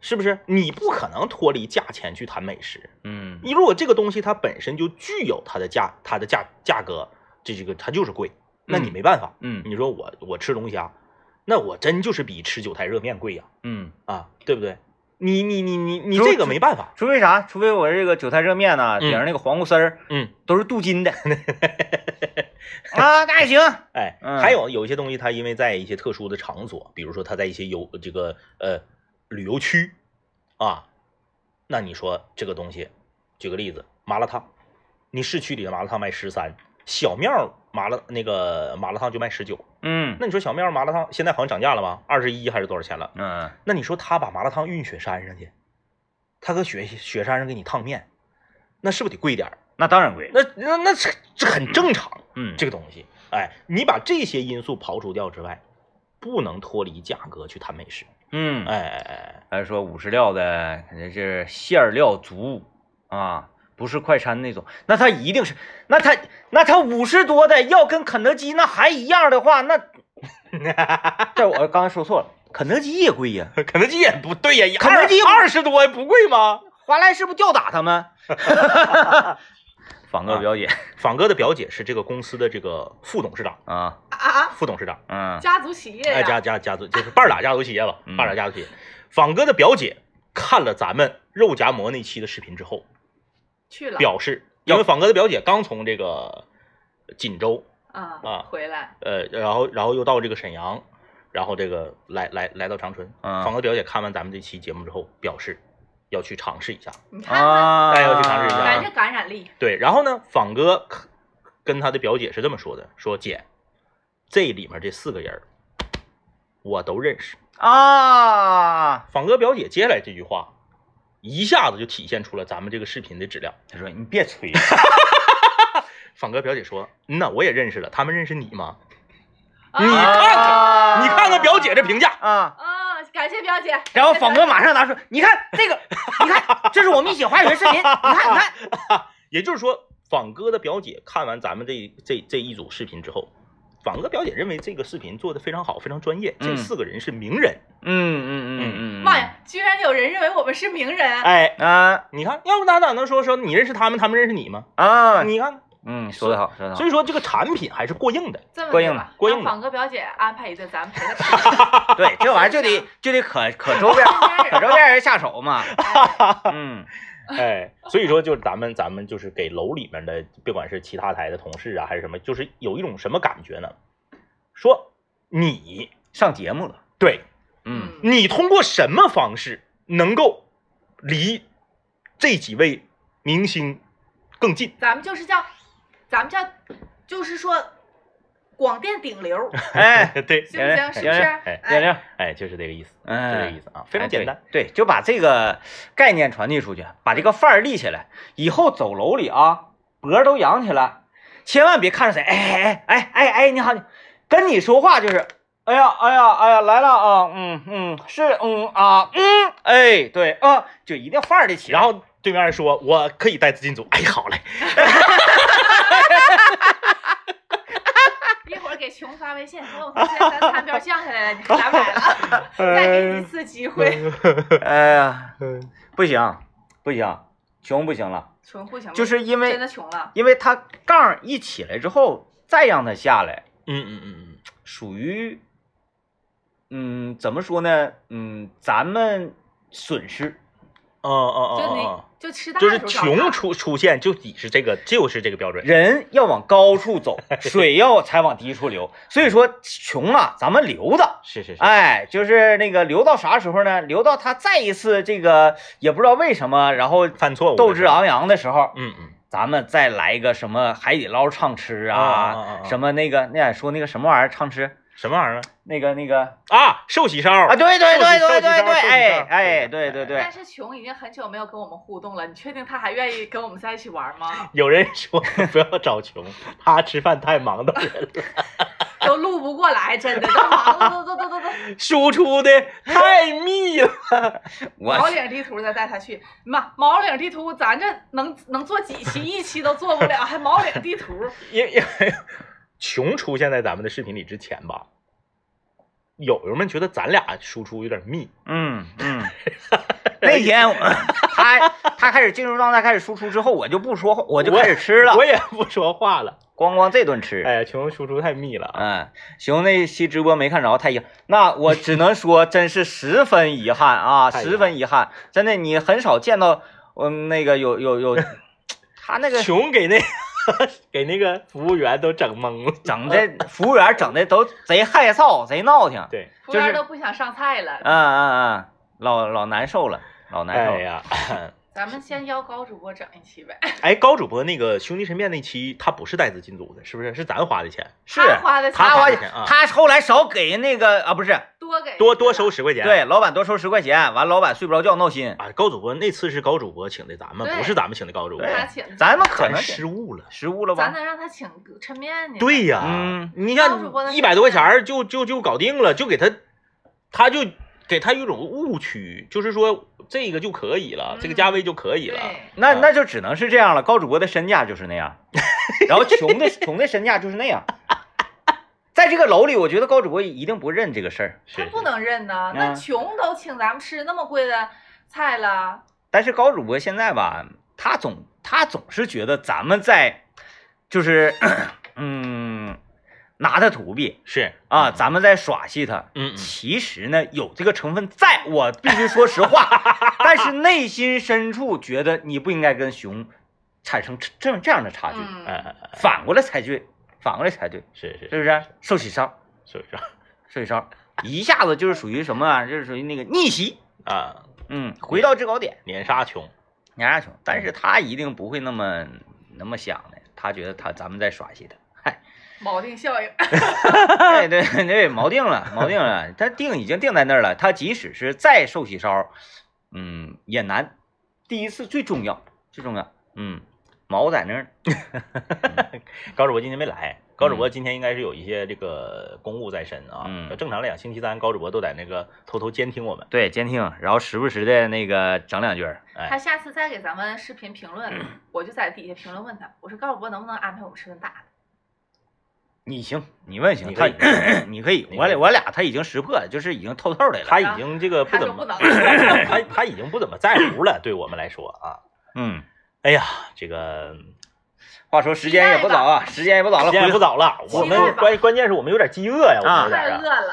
Speaker 1: 是不是？你不可能脱离价钱去谈美食，
Speaker 2: 嗯
Speaker 1: 你如果这个东西它本身就具有它的价，它的价价格，这这个它就是贵，那你没办法。
Speaker 2: 嗯
Speaker 1: 你说我我吃龙虾，那我真就是比吃韭菜热面贵呀、
Speaker 2: 嗯，
Speaker 1: 啊，对不对？你你你你你
Speaker 2: 就
Speaker 1: 这个没办法，
Speaker 2: 除非啥？除非我这个韭菜热面呢，
Speaker 1: 嗯
Speaker 2: 顶上那个黄瓜丝儿
Speaker 1: 嗯，
Speaker 2: 都是镀金的， 啊，那还行，
Speaker 1: 哎，
Speaker 2: 嗯
Speaker 1: 还有有一些东西它因为在一些特殊的场所，比如说它在一些游这个呃旅游区啊，那你说这个东西，举个例子，麻辣烫，你市区里的麻辣烫卖十三，小庙儿麻辣那个麻辣烫就卖十九。
Speaker 2: 嗯
Speaker 1: 那你说小庙麻辣烫现在好像涨价了吧？二十一还是多少钱了？
Speaker 2: 嗯
Speaker 1: 那你说他把麻辣烫运雪山上去，他搁雪雪山上给你烫面，那是不是得贵点儿？，
Speaker 2: 那当然贵，
Speaker 1: 那那那这这很正常，
Speaker 2: 嗯，
Speaker 1: 这个东西，哎，你把这些因素刨除掉之外，不能脱离价格去谈美食。
Speaker 2: 嗯，
Speaker 1: 哎哎哎，
Speaker 2: 还是说五十料的肯定是馅儿料足啊，不是快餐那种。那它一定是，那它那它五十多的要跟肯德基那还一样的 话，那这我刚才说错了，肯德基也贵呀。
Speaker 1: 哎肯德基也不对呀，
Speaker 2: 肯德基
Speaker 1: 二十多不贵吗？
Speaker 2: 华莱士不吊打 他们？仿哥表姐
Speaker 1: 仿哥的表姐是这个公司的这个副董事长，
Speaker 2: 啊，
Speaker 3: 啊啊！
Speaker 1: 副董事长。
Speaker 2: 嗯
Speaker 3: 家族企业呀、
Speaker 1: 哎，家家家族就是半拉家族企业吧
Speaker 2: 嗯，
Speaker 1: 半拉家族企业。仿哥的表姐看了咱们肉夹馍那期的视频之后，
Speaker 3: 去了
Speaker 1: 表示，因为仿哥的表姐刚从这个锦州，
Speaker 3: 啊
Speaker 1: 啊
Speaker 3: 回来
Speaker 1: 呃，然后然后又到这个沈阳，然后这个来来来到长春。
Speaker 2: 嗯
Speaker 1: 仿哥表姐看完咱们这期节目之后，表示要去尝试一下。
Speaker 3: 你看看，
Speaker 2: 啊，
Speaker 1: 哎要去尝试一下
Speaker 3: 咱这感染力，
Speaker 1: 对，然后呢，仿哥跟他的表姐是这么说的：说姐，这里面这四个人儿我都认识。
Speaker 2: 啊。
Speaker 1: 仿哥表姐接下来这句话，一下子就体现出了咱们这个视频的质量。
Speaker 2: 他说你别 吹，
Speaker 1: 仿哥表姐说：“嗯呐，我也认识了，他们认识你吗？
Speaker 3: 啊
Speaker 1: 你看
Speaker 2: 看
Speaker 1: 你看看表姐这评价，
Speaker 2: 啊。
Speaker 3: 啊！感谢表姐，
Speaker 2: 然后仿哥马上拿出，你看这个， 你看这是我们一起花园视 频，你看你看，
Speaker 1: 也就是说，仿哥的表姐看完咱们这这这一组视频之后，仿哥表姐认为这个视频做的非常好，非常专业，这
Speaker 2: 嗯
Speaker 1: 四个人是名人。
Speaker 2: 嗯嗯嗯嗯，
Speaker 3: 妈呀，居然有人认为我们是名人，
Speaker 1: 哎，
Speaker 2: 啊
Speaker 1: 你看，要不咱哪能说说你认识他们，他们认识你吗？
Speaker 2: 啊，
Speaker 1: 你看，
Speaker 2: 嗯，说得好，说得
Speaker 1: 所以说这个产品还是过硬的。
Speaker 3: 这么
Speaker 2: 过
Speaker 3: 的
Speaker 2: 硬
Speaker 3: 吧？
Speaker 1: 过硬
Speaker 3: 让
Speaker 1: 了
Speaker 3: 仿哥表姐安排一顿，咱们陪她吃。
Speaker 2: 好，对，这玩意儿就 得就得可可周边可 周边人下手嘛，
Speaker 3: 哎
Speaker 2: 嗯
Speaker 1: 哎，所以说就是咱们咱们就是给楼里面的，别管是其他台的同事啊，还是什么，就是有一种什么感觉呢？说你
Speaker 2: 上节目了，
Speaker 1: 对
Speaker 2: 嗯，
Speaker 1: 你通过什么方式能够离这几位明星更近？
Speaker 3: 咱们就是叫，咱们叫，就是说，广电顶流，
Speaker 2: 哎，
Speaker 1: 对，
Speaker 3: 行不行？是不是？
Speaker 1: 哎
Speaker 2: 亮
Speaker 3: 哎，
Speaker 2: 亮，
Speaker 1: 嗯哎，就是这个意思，就这个
Speaker 2: 嗯
Speaker 1: 意，思啊，非常
Speaker 2: 哎
Speaker 1: 简单。，
Speaker 2: 对，对就把这个概念传递出去，把这个范儿立起来，以后走楼里啊，脖儿都扬起来，千万别看着谁，哎哎哎哎哎，你好，你跟你说话就是，哎呀哎呀哎呀来了啊，嗯嗯是嗯啊嗯，哎对啊，就一定范儿得起来，啊
Speaker 1: 然后对面说我可以带资进组，哎，好嘞，
Speaker 3: 一会儿给琼发微信，说我 们现在咱餐标降下来了，你咱买了，再给
Speaker 2: 嗯
Speaker 3: 你一次机会。
Speaker 2: 哎呀不行不行，穷不行了，
Speaker 3: 穷不行了，
Speaker 2: 就是因
Speaker 3: 真
Speaker 2: 为
Speaker 3: 的穷了。
Speaker 2: 因为他杠儿一起来之后，再让他下来。
Speaker 1: 嗯嗯嗯
Speaker 2: 属于，嗯，怎么说呢？嗯，咱们损失，
Speaker 1: 嗯，哦
Speaker 3: 就
Speaker 1: 哦
Speaker 3: 你
Speaker 1: 哦
Speaker 3: 就吃
Speaker 1: 哦，
Speaker 3: 大
Speaker 1: 就是
Speaker 3: 手掌大
Speaker 1: 穷出出现就抵是这个就是这个标准。
Speaker 2: 人要往高 处走，水要才往低处流。所以说，穷啊，咱们留的，
Speaker 1: 是是是，
Speaker 2: 哎，就是那个留到啥时候呢？留到他再一次这个也不知道为什么，然后
Speaker 1: 犯错误
Speaker 2: 斗志，昂扬的时候，
Speaker 1: 嗯嗯，
Speaker 2: 咱们再来一个什么海底捞畅吃
Speaker 1: 啊啊啊
Speaker 2: 啊
Speaker 1: 啊，
Speaker 2: 什么那个那俺说那个什么玩意儿畅吃，
Speaker 1: 什么玩意儿
Speaker 2: 那个那个
Speaker 1: 啊？寿喜烧
Speaker 2: 啊，
Speaker 1: 啊，
Speaker 2: 对对
Speaker 1: 瘦几
Speaker 2: 对对对
Speaker 1: 瘦几
Speaker 2: 对
Speaker 1: 张，瘦几
Speaker 2: 哎
Speaker 1: 张对
Speaker 2: 哎，对
Speaker 1: 对
Speaker 2: 对对。
Speaker 3: 但是穷已经很久没有跟我们互动了，你确定他还愿意跟我们在一起玩吗？
Speaker 1: 有人说 不要找穷，他吃饭太忙的人了，
Speaker 3: 都录不过来，真的都忙了，都都都都都
Speaker 1: 输出的太密了。
Speaker 2: 我
Speaker 3: 毛领地图再带他去。妈，毛领地图咱这能能做几期？一期都做不了，还毛领地图？
Speaker 1: 因 因为穷出现在咱们的视频里之前吧，友友们觉得咱俩输出有点密，
Speaker 2: 嗯 嗯，那天我
Speaker 1: 哎
Speaker 2: 他他开始进入状态，开始输出之后，我就不说话，我就开始吃了，
Speaker 1: 我也不说话了。
Speaker 2: 光光这顿吃。
Speaker 1: 哎呀，穷输出太密了啊！
Speaker 2: 嗯，熊那期直播没看着，太遗憾。那我只能说，真是十分遗憾啊，
Speaker 1: 太遗憾
Speaker 2: 十分遗憾。真的，你很少见到，嗯，那个有 有有，他那个
Speaker 1: 穷给那 给那个服务员都整懵了。
Speaker 2: 整的服务员整的都贼害臊，贼闹挺。
Speaker 1: 对，
Speaker 3: 服务员
Speaker 2: 就是
Speaker 3: 都不想上菜了。
Speaker 2: 嗯嗯嗯，老老难受了，老难受
Speaker 1: 哎
Speaker 2: 了。
Speaker 1: 呀，
Speaker 3: 咱们先邀高主播整一期呗，
Speaker 1: 哎，高主播那个兄弟神变那期，他不是带资进组的，是不是？是咱花的钱，
Speaker 2: 是
Speaker 3: 他花的钱
Speaker 2: 他花
Speaker 1: 花
Speaker 2: 的
Speaker 1: 的钱啊
Speaker 2: 他后来少给人那个啊，不是，
Speaker 3: 多给
Speaker 1: 多多收十块钱。
Speaker 2: 对，老板多收十块钱，完老板睡不着觉闹心，
Speaker 1: 啊，高主播那次是高主播请的咱们，
Speaker 3: 对
Speaker 1: 不是咱们请的高主播
Speaker 2: 对，
Speaker 3: 他请，
Speaker 2: 咱们可
Speaker 1: 咱
Speaker 2: 能
Speaker 1: 失误了。
Speaker 2: 失误了
Speaker 3: 咱
Speaker 2: 吧？
Speaker 3: 得让他请抻面去。
Speaker 1: 对呀、
Speaker 2: 嗯
Speaker 1: 你
Speaker 3: 高主播的
Speaker 1: 像
Speaker 3: 时
Speaker 1: 一
Speaker 3: 间
Speaker 1: 百多块钱儿就就就搞定了，就给他，他就给他有一种误区，就是说这个就可以了，这个价位就可以
Speaker 3: 嗯对，
Speaker 1: 了。
Speaker 2: 那
Speaker 1: 啊
Speaker 2: 那就只能是这样了。高主播的身价就是那样，然后穷的穷的身价就是那样。在这个楼里，我觉得高主播一定不认这个事儿，
Speaker 1: 是啊
Speaker 3: 他不能认呐，那
Speaker 2: 嗯
Speaker 3: 穷都请咱们吃那么贵的菜了，
Speaker 2: 但是高主播现在吧，他总他总是觉得咱们在，就是， 嗯，拿他图币
Speaker 1: 是
Speaker 2: 啊，咱们在耍戏他。
Speaker 1: 嗯嗯
Speaker 2: 其实呢，有这个成分在，我必须说 实话，但是内心深处觉得你不应该跟熊产生这这这样的差距，
Speaker 1: 嗯，哎
Speaker 3: 嗯，
Speaker 1: 哎哎
Speaker 2: 反过来才对，反过来才对，
Speaker 1: 是是
Speaker 2: 是
Speaker 1: 是
Speaker 2: 不是？寿喜烧，
Speaker 1: 是是
Speaker 2: 寿喜烧，一下子就是属于什么啊？就是属于那个逆袭，
Speaker 1: 啊，
Speaker 2: 嗯，回到制高点，
Speaker 1: 碾杀穷。
Speaker 2: 碾压熊，但是他一定不会那么那么想的，他觉得他咱们在耍戏他。嗨，
Speaker 3: 锚定效应。
Speaker 1: 哎
Speaker 2: 对哎对对，锚定 了，锚定了，他定已经定在那儿了。他即使是再寿喜烧，嗯，也难。第一次最重要，最重要，嗯，锚在那儿。
Speaker 1: 高主播今天没来，高主播今天应该是有一些这个公务在身啊。
Speaker 2: 嗯
Speaker 1: 正常来讲，星期三高主播都在那个偷偷监听我们。
Speaker 2: 对，监听，然后时不时的那个整两句儿。哎
Speaker 3: 他下次再给咱们视频评论，
Speaker 1: 嗯
Speaker 3: 我就在底下评论问他，我说高主播能不能安排我们吃顿大的？
Speaker 2: 你行，你问行，
Speaker 1: 你
Speaker 2: 他
Speaker 1: 可以
Speaker 2: 你可以，
Speaker 1: 你
Speaker 2: 我
Speaker 1: 可以
Speaker 2: 俩我俩他已经识破了，就是已经透透的了。
Speaker 1: 他已经这个不
Speaker 3: 他
Speaker 1: 怎
Speaker 3: 说不
Speaker 1: 么，
Speaker 3: 能。
Speaker 1: 他他已经不怎么在乎了，对我们来说啊。
Speaker 2: 嗯，
Speaker 1: 哎呀，这个
Speaker 2: 话说时间也不早啊，时间也不早了，
Speaker 1: 时间也
Speaker 2: 回
Speaker 1: 不早了，
Speaker 3: 期待
Speaker 1: 我们
Speaker 3: 吧
Speaker 1: 关关键是我们有点饥饿呀，我
Speaker 2: 啊
Speaker 1: 们有点
Speaker 3: 太
Speaker 1: 啊
Speaker 3: 饿了，